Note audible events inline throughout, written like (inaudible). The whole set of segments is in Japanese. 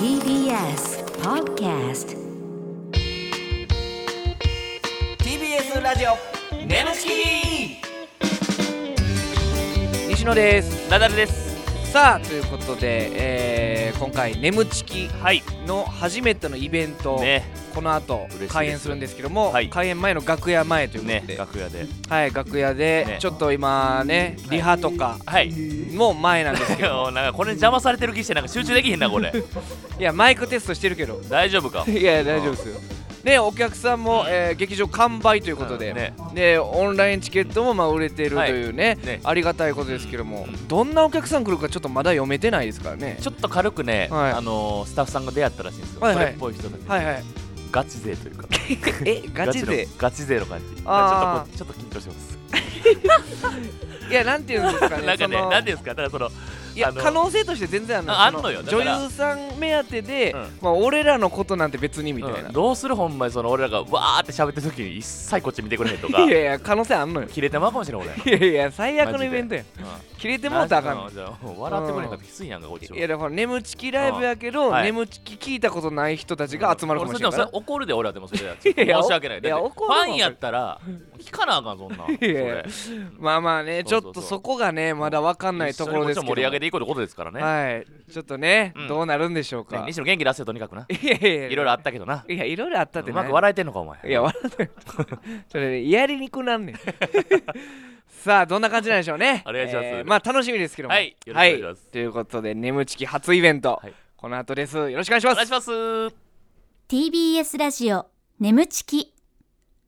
TBS Podcast TBS ラジオネムチキ西野ですナダルですさあということで、えー今回「ネムチキはい」の初めてのイベント、ねこの後嬉しいです開演するんですけども、はい開演前の楽屋前ということねで、楽屋ではい、楽屋で、ねちょっと今ねリハとかはいも前なんですいけやどもうなんかこれに邪魔されてる気してなんか集中できへんなこ (laughs) れいやマイクテストしてるけど大丈夫かいや大丈夫ですよでお客さんも、えー劇場完売ということで、うんねでオンラインチケットもまあ売れてるとはいいうね,、ねありがたいことですけども、どんなお客さん来るかちょっとまだ読めてないですからねちょっと軽くね、はいあのースタッフさんが出会ったらしいんですよ、はいはいそれっぽい人たち、はいはいガチ勢というか (laughs) えガチでのガチ勢の感じああーちょっとこちょっと緊張しますいやなんていうんですかね (laughs) なんかねそのなんていうんですかだからそのいやあの可能性として全然あるあそあんのよだから女優さん目当てで、うんまあ、俺らのことなんて別にみたいな、うんどうするほんまにその俺らがわーって喋ってる時に一切こっち見てくれへんとかいやいや可能性あんのよ (laughs) (laughs) 切れてまうかもしれん俺、うん、いやいや最悪のイベントやん切れてもうたらあかんねんじゃあもう笑ってくれへんかったらきついやんかこっちはいやだから眠ちきライブやけうどんはい眠ちき聞いたことない人たちが集まるかもしれん俺かそでらもそれ怒るで俺はでもそれだいやいや申し訳ないいやだって怒るフわァンやったら聞かなあかんそんなんそいやいやれまあまあねちそょうっそうそうとそこがねまだわかんないところです一緒にけどもちろん盛り上げていこうってことですからねはいちょっとねうんどうなるんでしょうねか西野元気出せよとにかくないいやいやいやいろいろあったけどないやいろいろあったってうなまいく笑えてんのかお前いや笑ってない (laughs) それねやりにくなんねん (laughs) さあどんな感じなんでしょうねお願いしますえーまあ楽しみですけどもはいよろしくお願いしますということで眠ちき初イベント、はいこの後ですよろしくお願いしまおす願いします TBS ラジオ眠ちき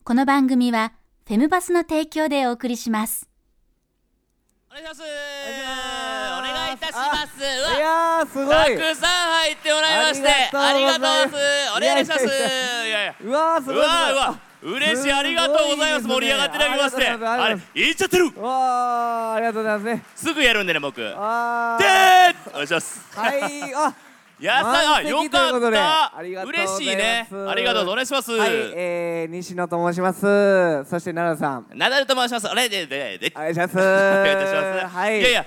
この番組はフェムバスの提供でお送りしますお願いしますお願いいたしますいやーすごたいくさん入ってもらいましてあありりががととううごございざまいますすお願いしますいやいいやいやうわーすごういわうわ嬉しいありがとうございますすごい盛り上がっていただきましてありがとうござあいれます言っちゃってるうわーありがとうございますねすぐやるんでね僕でーあーお願いしますはいあやさ満あ席よということでかあっりがたとうございます嬉しいねありがとうございますお願いします、はい、えー、西野と申します。そして奈良さん、ナダルと申しますあれででででお願い (laughs) します。お願いいたします、はい、いやいや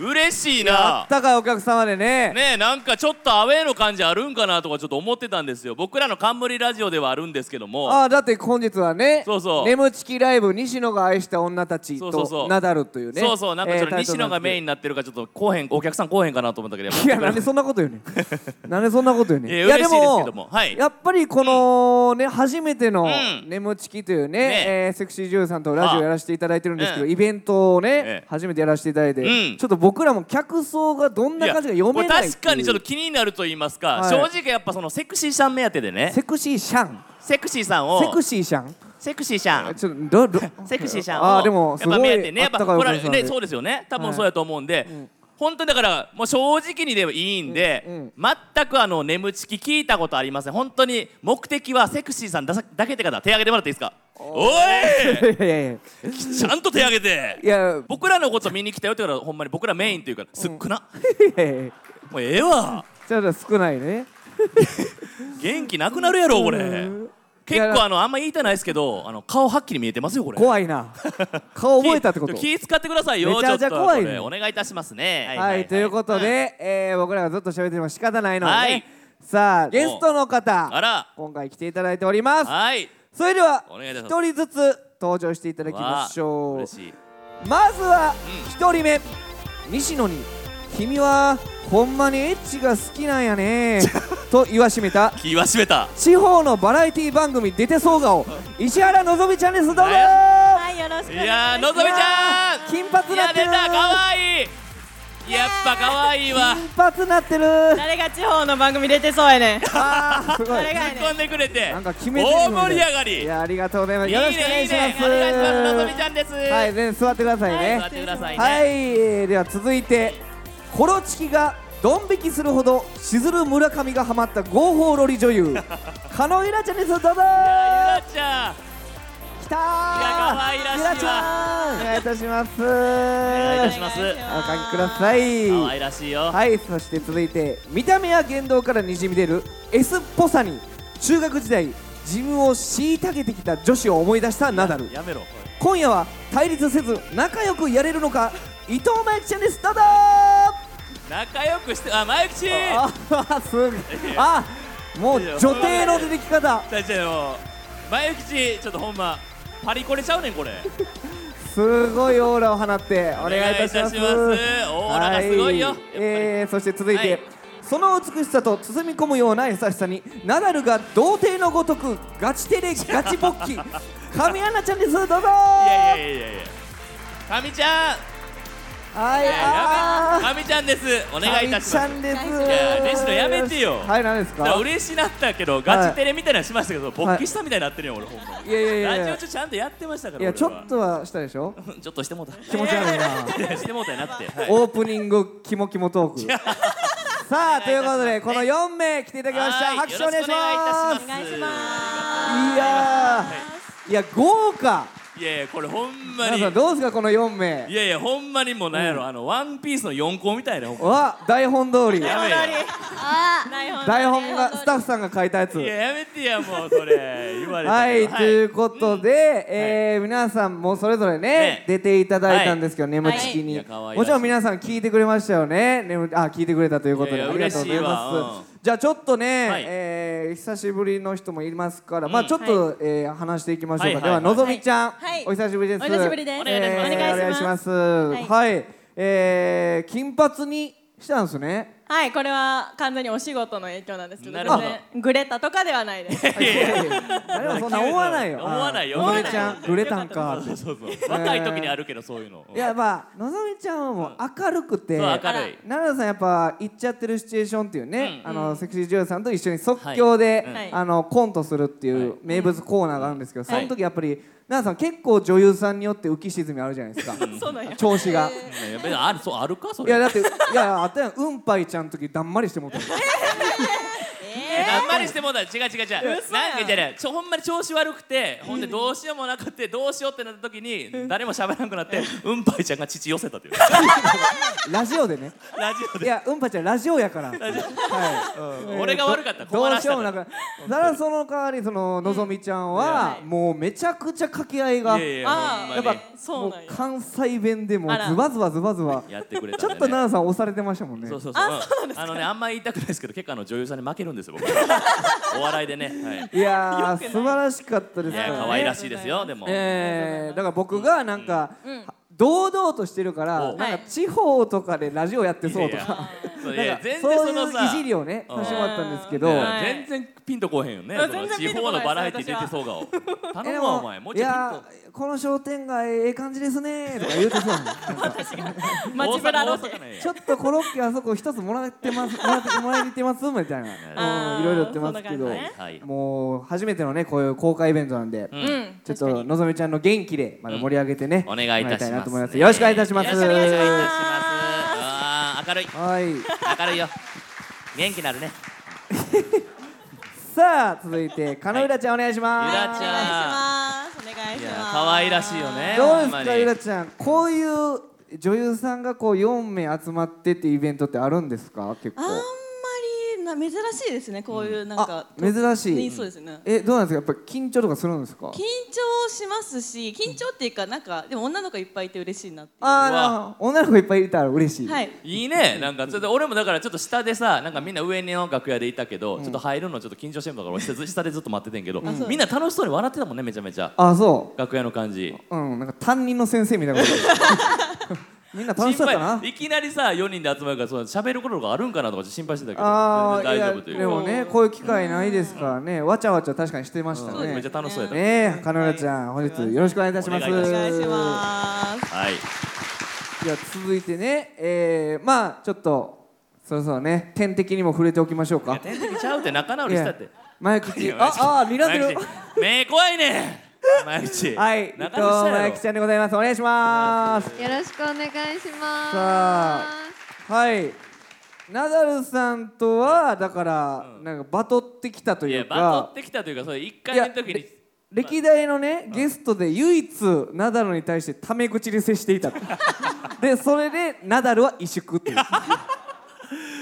嬉しいあなったかいお客様でね。ねえなんかちょっとアウェーの感じあるんかなとかちょっと思ってたんですよ僕らの冠ラジオではあるんですけどもああ、だって本日はね、そうそう眠ちきライブ西野が愛した女たちそうそうそとうナダルというね。そうそうなんかちょっと西野がメインン。になってるからちょっとこうへんお客さんこうへんかなと思ったけどやっぱいやなんでそんなこと言うね (laughs) んなんでそんなこと言うねんいや嬉しいですけどもはいやっぱりこのね初めてのん眠ちきというねねえーセクシー女優さんとラジオやらせていただいてるんですけどうんイベントをえねえ初めてやらせていただいてうんちょっと僕らも客層がどんな感じか読めないやていこれう確かにちょっと気になると言いますか、はい正直やっぱそのセクシーさん目当てでねセクシーシャンセクシーさんをセクシーシャンセクシーさんちょっとどどセクシーさんをあーでもすごいやっぱ目当てねあやっったぱかいこおれ客はさんねでそうですよね多分そうやと思うんで、本当にだからもう正直にでもいいんで、ん全くあの眠ちき聞いたことありません本当に目的はセクシーさんださだけって方手挙げてもらっていいですかおいいやいやい (laughs) ちゃんと手挙げてやい僕らのこと見に来たよってからほんまに僕らメインっていうからすっくな、やいやいやもうええわちょっと少ないね元気なくなるやろこれ結いや構あのあんま言いたないですけどあの顔はっきり見えてますよこれ怖いな顔覚えたってこと気気使ってくださいよめちゃめちゃょっと怖いこねれお願いいたしますねははい、ということんで、えー僕らがずっと喋ってても仕方ないので、ねはいさあゲストのあ方ら今回来ていただいておりますはいそれではお願いいたします一人ずつ登場していただきましわあょ嬉しいうまずは一人目、西野に「君はほんまにエッチが好きなん (laughs) やね」と言わしめた気は締めた地方のバラエティ番組出てそう顔石原のぞみちゃんですどうぞはいはい、よろしくお願いします。いやーのぞみちゃん金髪いなやって出るた可愛いやっぱ可愛いわ金髪なってる誰が地方の番組出てそうやねん。あーすごい誰がやねん。飛んでくれてなんか決めて大るの盛でり上がりいいいねやありがとうございます。よろしくお願いいいしまねす。お願いしますのぞみちゃんですはい、全然座ってください座っね。てくださいねはい、えーでは続いてコロチキがドン引きするほどしずる村上がハマった合法ロリ (laughs) 女優加納ゆらちゃんです。どうぞ。ゆらちゃんきたー。可愛らしいわゆらちゃん。お願いいたします。おお願いい願たしますお書きください。可愛らしいよはい、そして続いて見た目や言動からにじみ出る S っぽさに中学時代自分を虐げてきた女子を思い出したナダルやめろ今夜は対立せず仲良くやれるのか伊藤真由紀ちゃんですどうぞ仲良くしてあマイクチーああすごいあもう女帝の出てき方大ちゃんよ前行きちょっとほんまパリコレちゃうねんこれすごいオーラを放ってお願いいたしますお願いいたしますオーラがすごいよはやっぱりえー、そして続いて、はいその美しさと包み込むような優しさにナダルが童貞のごとくガ (laughs) チテレガチ勃起神アナちゃんですどうぞいやいやいやいやかみちゃんはいあーかみちゃんですお願いいたします神ちゃんですやレジのやめてよはい何ですだからか嬉しなったけどガチテレみたいなのしましたけど勃起したみたいになってるよ俺ほんまいやいやいやいラジやオ中ちゃんとやってましたからいやちょっ俺とはしたでしょはちょっとしてもうた気持ち (laughs) 悪いなしてもうたやなくてはいオープニングキモキモトークさあということでこの4名来ていただきましたはい拍手お願いしよろくお願いますいおた願いしいまやーいや豪華すいやいやこれほんま皆にさんどうですかこの4い名やいやほんまにもうなんやろあのワンピースの4校みたいなほんまは台本通りやめす。やあ、台本がスタッフさんが書いたやついややめてやもうそ (laughs) れ言われたはけいどということでえー皆さんもそれぞれねね出ていただいたんですけど眠ちきいにや可愛らしいもちろん皆さん聞いてくれましたよね眠あ聞いてくれたということいでやいあやりがとうござい嬉しいまわすじゃあちょっとねはいえー久しぶりの人もいますからまあちょっはとえー話していきましょうかはいではのぞみちゃんはいはいお久しぶりですお久しぶりですえーお願いしますお願いしますいはいえー金髪にしたんですねはい、これは完全にお仕事の影響なんですけど、なるほど全然グレタとかではないです。 (laughs) いやいや誰もそんな思わないよ。思わないよのぞみちゃん、グレたんかってそう。そうそう若い時にあるけどそういうのいやまあのぞみちゃんはもう明るくて、そう明るい奈良さんやっぱ行っちゃってるシチュエーションっていうね、うんあのセクシー女優さんと一緒に即興で、はいうんあのコントするっていう名物コーナーがあるんですけど、はいその時やっぱり奈良さん結構女優さんによって浮き沈みあるじゃないですか。そうなんや。調子が。いや別にあるそうあるかそいれやだっていやあったやんうんぱいちゃんの時だんまりしてもった。あんまりしてもうた違う違う違うなんかじゃねちょほんまに調子悪くてほんでどうしようもなくてどうしようってなった時に誰も喋らなくなってうんぱいちゃんが父寄せたっていう (laughs) ラジオ (laughs) でね。ラジオいでやうんぱいちゃんラジオやから。はい。 (laughs) 俺が悪かったど困うらしせたようかもらなくなただその代わりそののぞみちゃんはもうめちゃくちゃ掛け合いがいやいもやほんまあにあ、そううなんや。関西弁でもうあらズバズバズバズバやってくれたちょっとんでね奈良さん押されてましたもんねそうそうそううんあのねあんまり言いたくないですけど結構あの女優さんに負けるん (laughs) ですよ僕お笑いでねはいいやー素晴らしかったでいすかやら可愛らしいですよでもえーだから僕がなんか堂々としてるからおなんかはい地方とかでラジオやってそうとかそういやいや (laughs) なんか全然そうそのいうさいじりをねうんさせてもらったんですけどねはい全然ピンとこうへんよねうんその全然地ピンと方こなのいバラエティ出てそう (laughs) 顔え頼でむわお前もういちょいピンとやーこの商店街ええ感じですねとか言うてそうやもん (laughs) 街ブラロ大阪ケ。なんやちょっとコロッケあそこ一つもらってます、もらってもらえてますみたいな、うあーんいろいろ言ってますけど、そんな感はいもう初めてのねこういう公開イベントなんで、うん。ちょっとのぞみちゃんの元気でまだ盛り上げてね、お願いいたしますもらなと思います。よろしくお願いいたします。よろしくお願いいたしますすあ (laughs) ー明るいはい。明るいよ元気になるねさあ続いて金浦ちゃんお願いします。ゆらちお願いします。お願いいしやます。可愛らしいよねどうでほすんまかにゆらちゃん、こういう女優さんがこう4名集まってっていうイベントってあるんですか結構あん。まりな珍しいですね。こういうなんかあ。珍しい。そうですね。えどうなんですかやっぱ緊張とかするんですか。緊張しますし、緊張っていうかなんかでも女の子いっぱいいて嬉しいなっていう。ああなるほど女の子いっぱいいたら嬉しい。はい。いいねなんかちょっと俺もだからちょっと下でさなんかみんな上の楽屋でいたけど、ちょっと入るのちょっと緊張してるのから俺下で下でずっと待っててんけど、みんな楽しそうに笑ってたもんねめちゃめちゃあそ楽屋の感じう。うんなんか担任の先生みたいなこと。 (laughs) みんな楽しそうだったな。いきなりさ4人で集まるからそう喋ることがあるんかなとかちょっと心配してたけどあ全然あ大いや丈夫といでうもねこういう機会ないですからねわちゃわちゃ確かにしてましたそうめっねちゃ。楽しそうやった、ねえ金浦ちゃん本日よろしくお願いいたします。お願いお願いします。はいじゃあ続いてねえーまあちょっとそろそろね天敵にも触れておきましょうか。天敵ちゃうって仲直りしたって前口ああ睨 (laughs) んでる。目怖いね毎日 (laughs) はい伊藤仲直りした前や口ちゃんでございますお願いします。よろしくお願いします。さはい。ナダルさんとはだから、なんかバトってきたとろいいやうバトかってきたというかそれ1回目の時いやにれ歴代のねゲストで唯一ナダルに対してタメ口で接していたと (laughs) でそれでナダルは萎縮っていう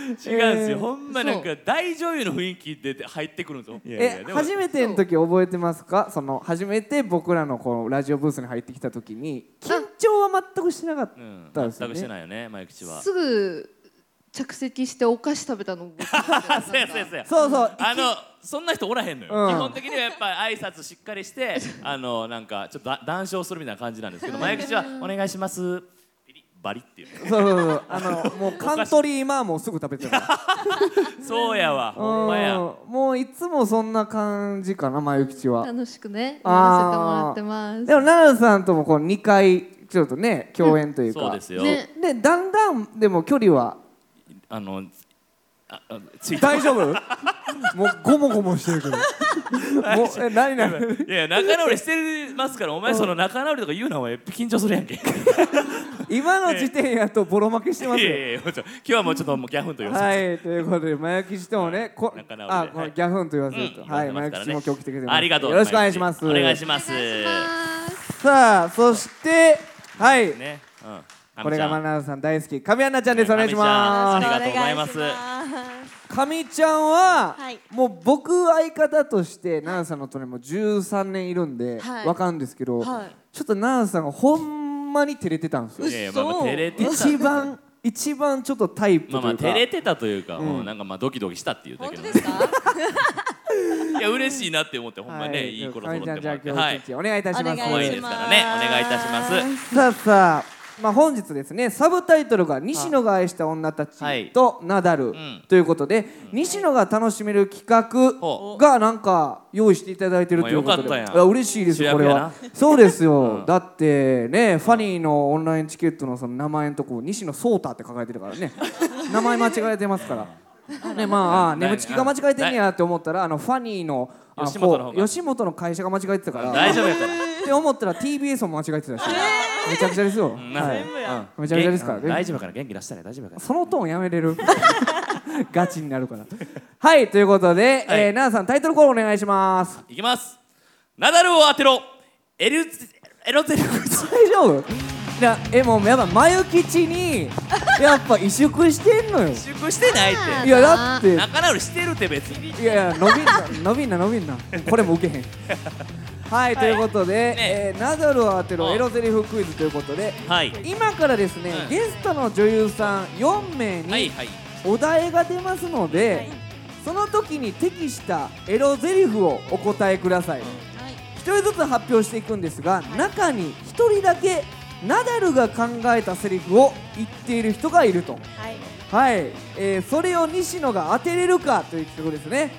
違うんですよ、えーほんまなんか大女優の雰囲気で入ってくるんですよいやいやえでも初めての時覚えてますかその初めて僕らのこのラジオブースに入ってきた時に緊張は全くしてなかっうんたですよ全くしてね (laughs) ないよね前口はすぐ着席してお菓子食べたの覚えてあ (laughs) ますそうやそうやそうやそうそうあのそんな人おらへんのよ、うん基本的にはやっぱり挨拶しっかり (laughs) してあのなんかちょっとだ談笑するみたいな感じなんですけど前口は「お願いします」ピリッバリっていうそうそうそうあのもうカントリーマームをすぐ食べてたからそうやわ (laughs) ほんまやうんもういつもそんな感じかな前吉は楽しくねやあーらせてもらってますでも奈良さんともこう2回ちょっとね共演というか、そうですよ、ねでだんだんでも距離はあのああつ (laughs) いて大丈 (laughs) 夫もうゴモゴモしてるけどもうえ何何いや仲直りしてますからお前その仲直りとか言うのは緊張するやんけい今の時点やとボロ負けしてまやす (laughs) いよやいや今日はもうちょっともうギャフンと言わせて、はい、ということで、前吉ともね、こ仲直りであ、こはのいギャフンと言わせると、うんはい、呼んでま前すから吉ねも今日来てくれてます。ありがとうよろしくお願いします。お願いしますお願いしますす。さあ、そして、はい、ね、うん、これがマナーさん大好き、神アナちゃんです。お願いしあまりす。がとうございますお願いします神ちゃんははい、もう僕相方として、奈良さんの隣も13年いるんで、はいわかるんですけど。ちょはいっと奈良さんがほんまに照れてたんですよい。やいやまあまあ嘘照れてた一番、一番ちょっとタイプとまあまいあうか。照れてたというか、もううんなんかまあドキドキしたっていうだ本け当のですかいや嬉しいなって思ってほんまね、い、い頃揃っても神ちゃらんっじてゃあはい今日一日お願いいたします。可愛いですからねお願いいたしますさあさあ、まあ、本日ですねサブタイトルが「西野が愛した女たちはいとナダルん」ということで、西野が楽しめる企画ほがなんか用意していただいてるということで、お前よかったやんいや嬉しいですよこれ主役やはなそうで (laughs) すよ、だってねファニーのオンラインチケットのその名前のとこ西野颯太って書かれてるから (laughs) ね名前間違えてますから。ねまあ、ああ眠ちきが間違えてんねやって思ったらあのファニーのあ吉本の方方が吉本の会社が間違えてたから大丈夫やからって思ったら TBS も間違えてたし、めちゃくちゃですよ、はい、うんめちゃめちゃですからうん大丈夫から元気出したね大丈夫やからそのトーンやめれる (laughs) ガチになるからはいということで、はいえー、奈良さんタイトルコールお願いしますいきますナダルを当てろエルエロゼル大丈夫いやえもうやっぱ眉吉にやっぱ萎縮してんのよ祝してないっいやだって仲直りしてるって別にいやいや伸びんな伸びんな伸びんなこれも受けへんはい、ということで、えーナダルを当てうろんエロゼリフクイズということではい今からですね、うんゲストの女優さん4名に、はいはいお題が出ますので、その時に適したエロゼリフをお答えください一人ずつ発表していくんですが、中に一人だけナダルが考えたセリフを言っている人がいるとはいはい、えーそれを西野が当てれるかという企画ですねはい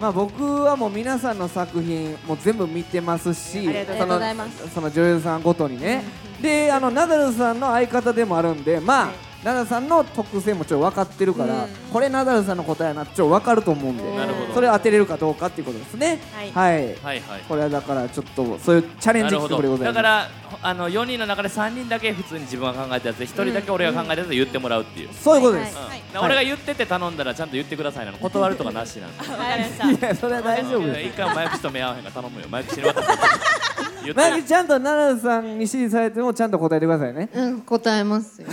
まあ僕はもう皆さんの作品もう全部見てますしありがとうございますそのその女優さんごとにねであのナダルさんの相方でもあるんでまあ、はいナダルさんの特性もちょっと分かってるから、うんこれナダルさんの答えやなちょっと分かると思うんでなるほどそれ当てれるかどうかっていうことですねはいはいはいこれはだからちょっとそういうチャレンなジるほ企ど画でございだますからあの4人の中で3人だけ普通に自分が考えたやつで1人だけ俺が考えたやつで言ってもらうっていう、そういうことです、はうん俺が言ってて頼んだらちゃんと言ってくださいなの断るとかなしなんでわかりましたい、やそれは大丈夫です一回マイクと目合わへんから頼むよマイク知り渡す言ってマギちゃんとナダルさんに指示されてもちゃんと答えてくださいねうん答えますよ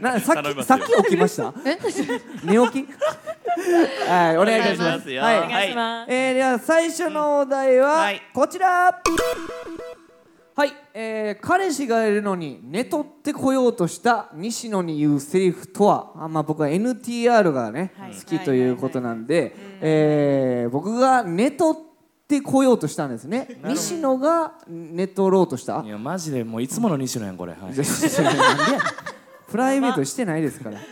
なさっ頼みきますさっよき起きましたえ (laughs) 寝起きはいお願いいたお願いしましますすよはお願いしますえー、では最初のお題ははいこちら、はい、えー、彼氏がいるのに寝取ってこようとした西野に言うセリフとはあまあ僕は NTR がね、はい好きということなんで、えー僕が寝取ってこようとしたんですね西野が寝取ろうとしたいやマジでもういつもの西野やんこれ、はいいやいやいやなんでやねんプライベートしてないですから。 (laughs)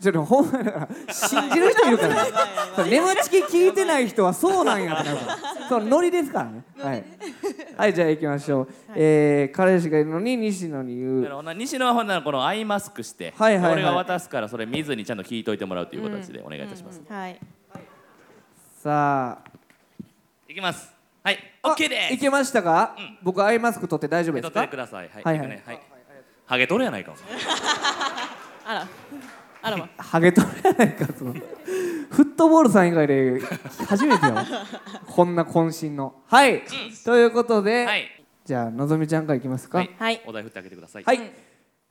ちょっとほんまだから信じる人い (laughs) るから、ね、そう眠ちき聞いてない人はそうなんやってなるからそうノリですからねはい、はい、じゃあ行きましょう、えー、彼氏がいるのに西野に言だかうらほな西野はほんならこのアイマスクして、はいはいはい俺が渡すからそれ見ずにちゃんと聞いといてもらうという形でお願いいたします、はいさあいきますはいあ OK ですいけましたか、僕アイマスク取って大丈夫で取すってかくださいはい、はいいはいくねはいハゲ取るやないかあらあらまハゲ取れないかそのフットボールさん以外で初めて (laughs) よこんな渾身のはい、ということで、はいじゃあのぞみちゃんからいきますか、はいお題振ってあげてくださいはい、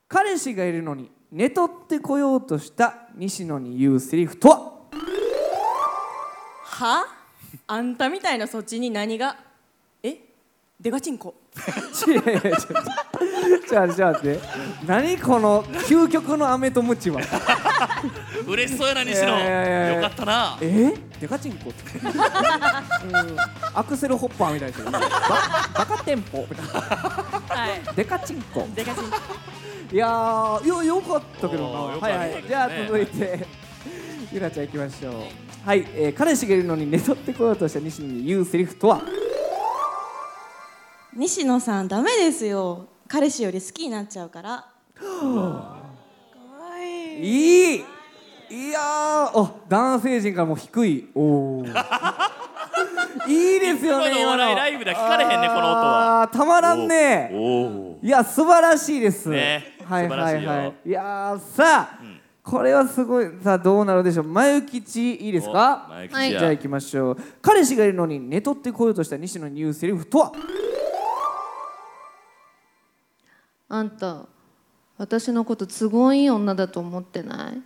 彼氏がいるのに寝取ってこようとした西野に言うセリフとは (laughs) はあんたみたいなそっちに何がえデガチンコいやいやちょっとちょっと待って何この究極の飴とムチは嬉しそうやな西野いやいやいやいやよかったなえデカチンコって、うんアクセルホッパーみたい (laughs) なババカテンポみたいなはい。デカチンコでかすぎいやーいやよかったけどなおーよかっはいたはねいじゃあ続いてゆなちゃんいきましょうはい、えー彼氏がいるのに寝取ってこようとした西野に言うセリフとは西野さんダメですよ。彼氏より好きになっちゃうから。可愛いい。いいいやーあ男性陣からもう低いおお (laughs) いいですよね今のお笑いライブでは聞かれへんねこの音ははたまらんねおおいや素晴らしいです。ねはいはい素晴はらしいよい。いやーさあ、これはすごいさあどうなるでしょう。前吉いいですかお？前はい吉やじゃあ行きましょう。彼氏がいるのに寝取ってこようとした西野に言うセリフとは？あんた私のこと都合いい女だと思ってない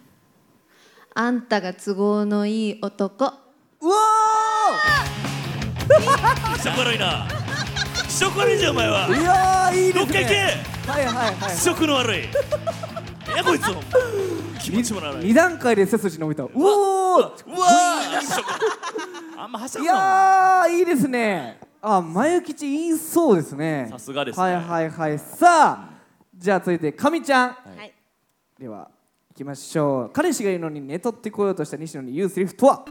あんたが都合のいい男うわ気色悪いな気色悪いじゃんお前はー！いやーいいでどっすか行けね。はいはいはい気。色の悪いいやこいつほんま気持ちもならない二段階で背筋伸びた。うおー！うわー気色あんまはしゃいぐなやーいいですね。あ前吉いいそうですね。さすがですねはいはいはい。さあじゃあ続いてかみちゃん。はい。では行きましょう彼氏がいるのに寝取ってこようとした西野に言うセリフとは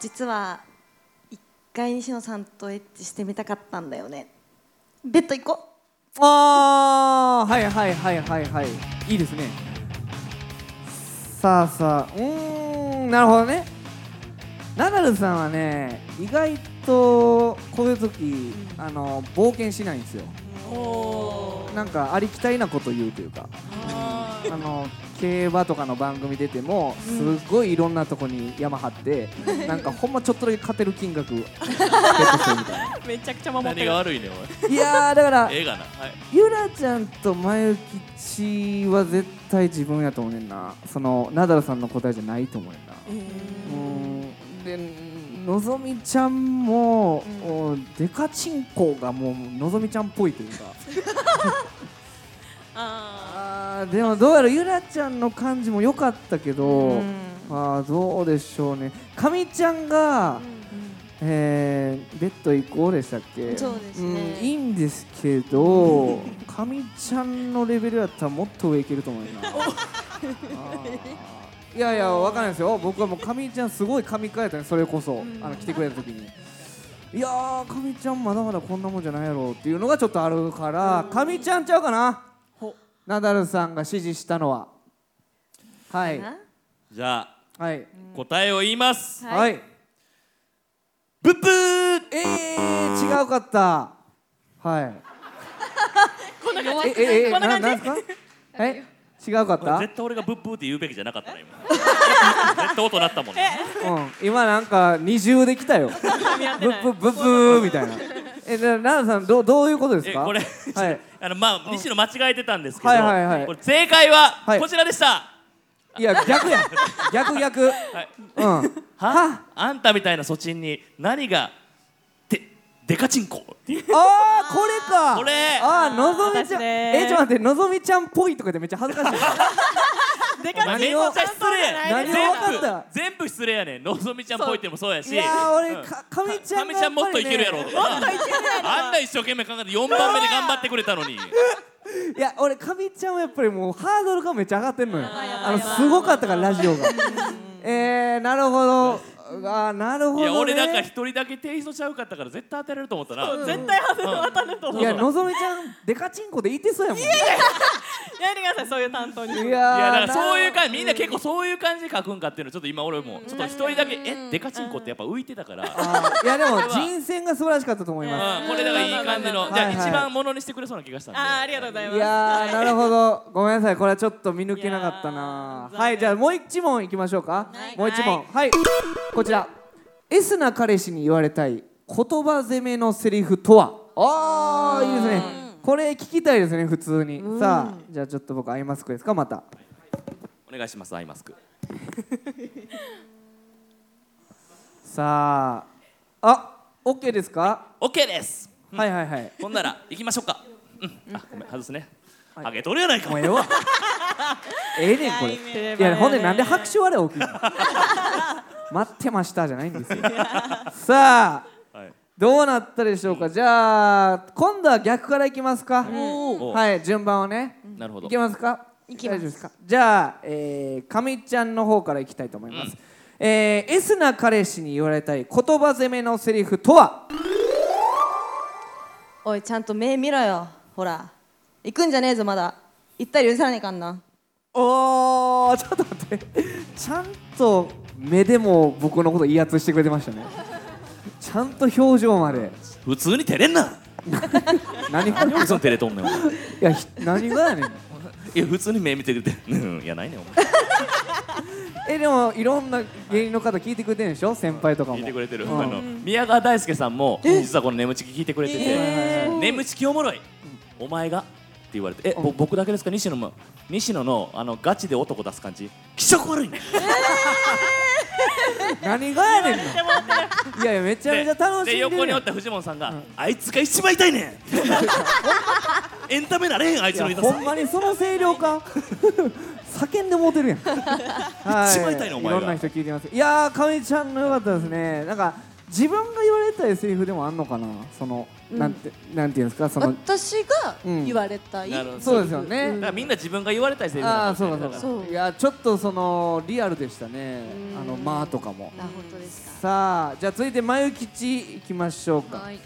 実は一回西野さんとエッチしてみたかったんだよねベッド行こあーはいはいはいはいはいいいですねさあさあうーんなるほどねナダルさんはね意外とこういう時あの冒険しないんですよなんかありきたりなこと言うというかあの競馬とかの番組出てもすごいいろんなとこに山張って、なんかほんまちょっとだけ勝てる金額ゲットするみたいなめちゃくちゃ守って何るが。悪いねいやーだからお前映画なはいゆらちゃんと前吉は絶対自分やと思うねんなそのナダルさんの答えじゃないと思うねんなうーんでのぞみちゃんも、おデカチンコがもうのぞみちゃんっぽいというかああーでもどうやらゆらちゃんの感じも良かったけど、あーどうでしょうねかみちゃんが、えーベッド行こうでしたっけそうですねんいいんです (laughs) けどかみちゃんのレベルやったらもっと上いけると思う (laughs) なあーいやいやわかんないですよ僕はもうかみちゃんすごい髪変えたねそれこそ、あの来てくれた時に。いやーかみちゃんまだまだこんなもんじゃないやろっていうのがちょっとあるからかみちゃんちゃうかなナダルさんが指示したのははういかなじゃあはい答えを言いますはい、ブッブーえー、違うかったはい弱えええななんです (laughs) かえ違うかっこれた絶対俺がブッブーって言うべきじゃなかったな今絶対音鳴ったもんねうん今なんか二重でき (laughs) たよブッブブッブーみたいなえなナダルさんどうどういうことですえかこれ、はいあのまあ西野間違えてたんですけど、はいはいはいこれ正解ははいこちらでした、いや逆や逆逆いうんはあんたみたいなそちんに何がでデカチンコっていうあーこれかこれあーのぞみちゃん私えちょねっと待ってのぞみちゃんっぽいとかでめっちゃ恥ずかしいあ。でお前かすめっちぎもゃちゃん失とじゃない。何礼を全分かった部全部失礼やねんのぞみちゃんぽいってもそうやしいやーう俺んかかみちゃんかみがちゃやんっもぱっといりねけるやろとかあんな一生懸命考えて4番目で頑張ってくれた (laughs) のにいや俺かみちゃんはやっぱりもうハードルがめっちゃ上がってんのよばいやばあいのすごかったからラジ (laughs) オがえー、なるほどあーなるほど、いね、や俺なんか一人だけテイストちゃうかったから絶対当てられると思ったな絶対外れ渡ると思う。いやのぞみちゃんデカチンコで言ってそうやもんいややめてくださいそういう担当に。ーいやだからそういうな感じみんな結構そういう感じで書くんかっていうのちょっと今俺もちょっと一人だけえデカチンコってやっぱ浮いてたからうんあーいや (laughs) でも人選が素晴らしかったと思いますこれだからいい感じのじゃあはいはい一番ものにしてくれそうな気がしたんであーありがとうございます。いやーなるほどごめんなさいこれはちょっと見抜けなかったないやーはいじゃあもう一問いきましょうか、はいもう一問はい、こちら S な彼氏に言われたい言葉攻めのセリフとはあーいいですねこれ聞きたいですね普通にさあじゃあちょっと僕アイマスクですかまたお願いしますアイマスクさああ OK ですか OK ですはいはいはい (laughs) ほんなら行きましょうかうんあごめん外すねあげとるやないかもうええわええねんこれいやほんでなんで拍手笑 (laughs) い起きるの待ってましたじゃないんですよさあ、はいどうなったでしょうかじゃあ今度は逆からいきますかおはい順番をねなるほどいけますかいきます大丈夫ですかじゃあ、えー、かみちゃんの方からいきたいと思います、えー、エスな彼氏に言われたい言葉攻めのセリフとはおいちゃんと目見ろよほら行くんじゃねえぞまだ行ったり許さねえかんなおーちょっと待ってちゃんと目でも僕のこと威圧してくれてましたねちゃんと表情まで普通に照れんな何が何をその照れとんねんお前いやひ何がやねんいや普通に目見てくれてうんいやないねんお前えでもいろんな芸人の方聞いてくれてるんでしょ先輩とかも聞いてくれてる、うんあの宮川大輔さんも実はこの「眠ちき」聞いてくれてて「眠ちきおもろい、お前が」って言われて「え、ぼ僕だけですか西野も西野のあのガチで男出す感じ気色悪いねん」何がやねんのいやいやめちゃめちゃ楽しんででるやん横におった藤本さんが、あいつが一番痛い (laughs) ねんエンタメなれへんあいつのいや痛ほさんまにその声量 (laughs) 感叫んでモテ (laughs) るやんはい一番痛いなお前がいろんな人聞いてますいやーかみちゃんの良かったですねなんか自分が言われたいセリフでもあんのかなその、なんてなんていうんですかその私がうん言われたい、なるほどそうですよね、だからみんな自分が言われたいセリフあなあんだそうもかんそねうかだかいやちょっとそのリアルでしたねあのまあとかもあ本当ですかさあじゃあ続いてまゆきちいきましょうかはい、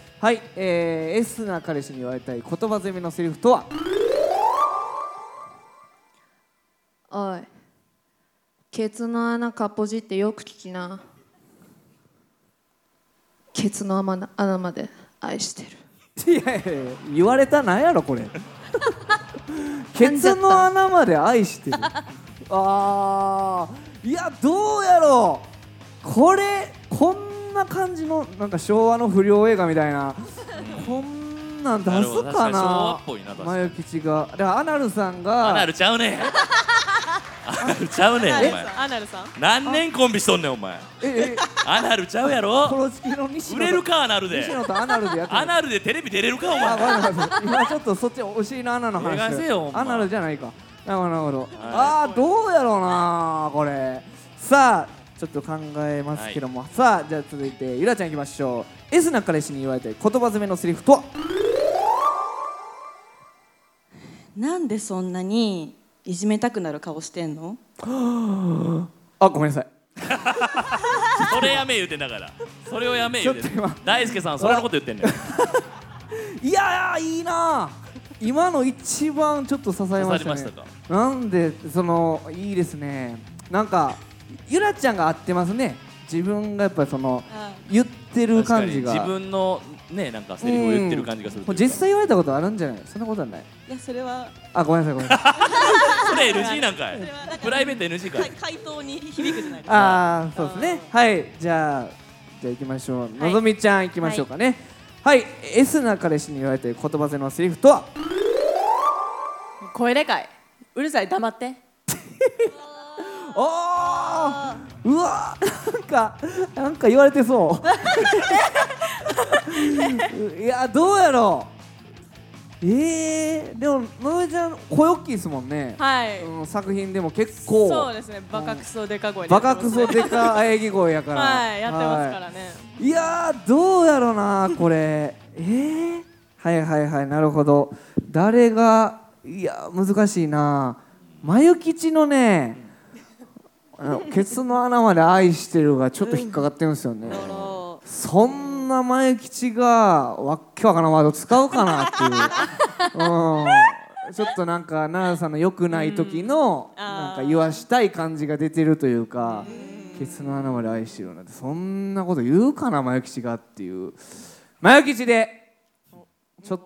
えー、エスな彼氏に言われたい言葉攻めのセリフとはおいケツの穴かっぽじってよく聞きなケツの穴穴まで愛してるいやいやいや言われたなんやろこれケツの穴まで愛してるあーいやどうやろうこれこんな感じのなんか昭和の不良映画みたいなこんなん出なるほすど確かかに昭和っなぽいな確かにマヨ吉がだからアナルさんらアがナルちゃうねんアナルちゃうねんお前アナルさん何年コンビしとんねんお前ええアナルちゃうやコろロチキの西売野とれるかアナルで西野とアナルでやってるアナルでテレビ出れるかおあ、前わかりました今ちょっとそっちお尻の穴の眼話鏡せよほんまアナルじゃないかなるほどなるほど、ああーどうやろうなこれさあちょっと考えますけども、さあじゃあ続いてゆらちゃんいきましょう S な彼氏に言われたい言葉詰めのセリフとはなんでそんなにいじめたくなる顔してんのあごめんなさいそれやめ言うてんだからそれをやめ言うてんちょっと今大輔さんそれのこと言ってんねんいやーいいな今の一番ちょっと支えまし刺さりまたしたねかなんでそのいいですねなんかゆらちゃんが合ってますね自分がやっぱりその言ってる確か感にじが自分のねなんかセリフを言ってる感じがするうん実際言われたことあるんじゃないそんなことはないいやそれはあごめんなさいごめんな (laughs) さいそれ NG なんかいプライベート NG かかい回答に響くじゃないですかああそうですねはいじゃあじゃあ行きましょう、のぞみちゃん行きましょうかねはい、S な彼氏に言われてる言葉攻めのセリフとは声でかいうるさい黙っておーうわーなんかなんか言われてそう (laughs) いやどうやろうえー、でものぞみちゃん声大きいですもんね、はいうん、作品でも結構そうですねバカクソでか声でやバってカますクソでか喘ぎ声やからはいやってますからねいやーどうやろうなこれ (laughs) えー、はいはいはいなるほど誰がいや難しいな眉吉のね (laughs) あのケツの穴まで愛してるがちょっと引っかかってるんですよね、そんな眉吉がわっけわからんワード使うかなっていう、うん、ちょっとなんか奈良さんの良くない時のなんか言わしたい感じが出てるというかケツの穴まで愛してるなんてそんなこと言うかな眉吉がっていう眉吉でちょっ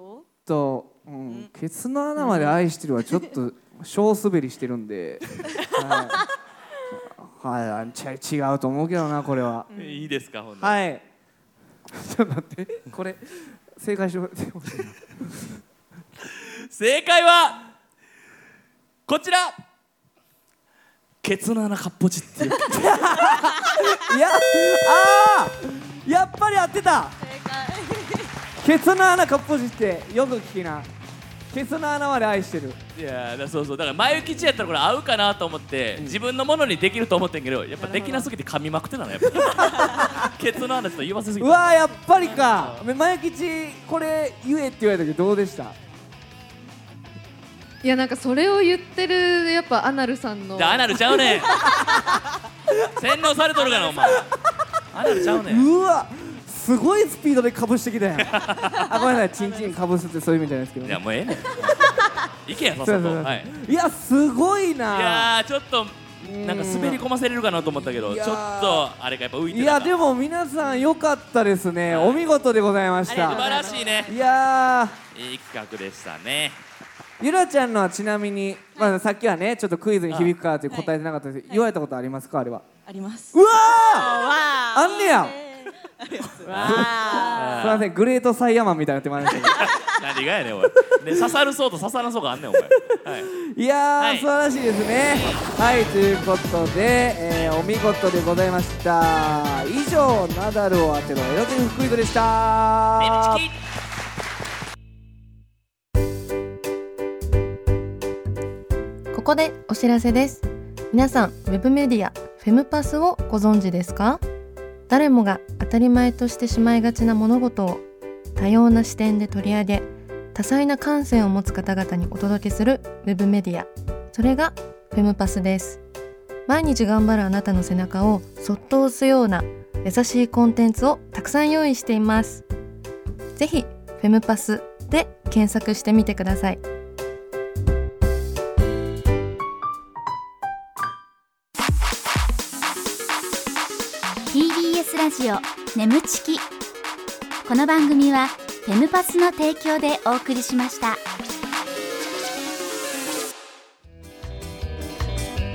と、うん、ケツの穴まで愛してるはちょっと小滑りしてるんで。はい、はいあ、ち違うと思うけどなこれは。いいですかほんとはいちょっと待ってこれ正解してほしい正解はこちらケツの穴かっぽじ (laughs) っていういやあーやっぱり合ってた正解ケツの穴かっぽじってよく聞きなケツの穴まで愛してるいやーだそうそうだから前吉やったらこれ合うかなと思って、自分のものにできると思ってんけどやっぱできなすぎて噛みまくってたのやっ (laughs) ぱケツの話と言わせすぎうたわーやっぱりか前吉これ言えって言われたけどどうでしたいやなんかそれを言ってるやっぱアナルさんのでアナルちゃうねん洗脳されとるがなお前アナルちゃうねんうわすごいスピードでかぶしてきたやんあごめんなさいチンチンかぶすってそういう意味じゃないですけどいやもうええねん行けやさっそさうそうそとうはいいやすごいいなやーちょっとなんか滑り込ませれるかなと思ったけどいちょやっーとあれがやっぱ浮いていたなやでも皆さん良かったですねお見事でございまし素た晴らしいねいやいい企画でしたねーゆらちゃんのはちなみに、まあ、さっきはねちょっとクイズに響くからって答えてなかったですけど、言われたことありますかあれはありますうわーわあんねやーわすいませんグレートサイヤマンみたいになってまいりましたけど何がやねんおいで刺さるそうと刺さらそうがあんねんお前はいいやー、はい素晴らしいですね。はい、ということで、えーお見事でございました。以上、ナダルを当てろエロティフクイズでした。ここでお知らせです皆さんウェブメディアフェムパスをご存知ですか誰もが当たり前としてしまいがちな物事を多様な視点で取り上げ多彩な感性を持つ方々にお届けするウェブメディアそれがフェムパスです毎日頑張るあなたの背中をそっと押すような優しいコンテンツをたくさん用意していますぜひフェムパスで検索してみてくださいす TBS ラジオ眠ちきこの番組はフェムパスの提供でお送りしました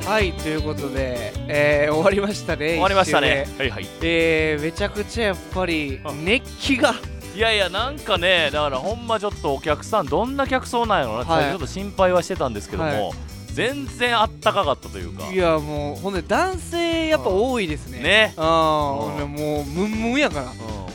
はいということで、えー終わりましたね終わりました一ね周目はいはいえーめちゃくちゃやっぱり熱気がいやいやなんかねだからほんまちょっとお客さんどんな客層なんやろうなってはい最初ちょっと心配はしてたんですけども、はい全然あったかかったというかいやもうほんで男性やっぱ多いですねねうんほんでうんもうムンムンやからう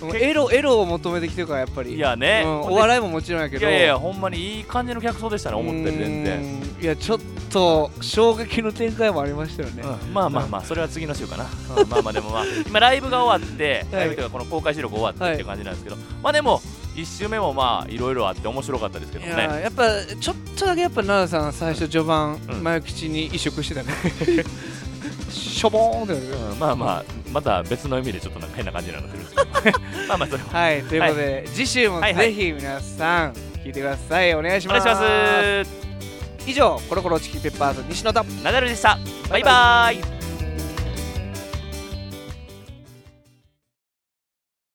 もんうけエロエロを求めてきてるからやっぱりいやねうんお笑いももちろんやけいどやいやほんまにいい感じの客層でしたね思ったより全然、然いやちょっと衝撃の展開もありましたよね、うんまあまあまあそれは次の週かな、うんまあまあでも (laughs) まあ今ライブが終わって、はいライブというかこの公開収録終わってはいっていう感じなんですけど、まあでも1週目もまあいろいろあって面白かったですけどいもやねやっぱちょっとだけやっぱ奈良さん最初序盤、うん前口に移植してた (laughs) ねしょぼーんってなるうんまあまあまた別の意味でちょっとなんか変な感じになってるん (laughs) ですけどまあまあそれははいということで、次週もはいはいぜひ皆さん聞いてくださいお願いしおま願いすします以上コロコロチキンペッパーズ西野とナダルでしたバイバイ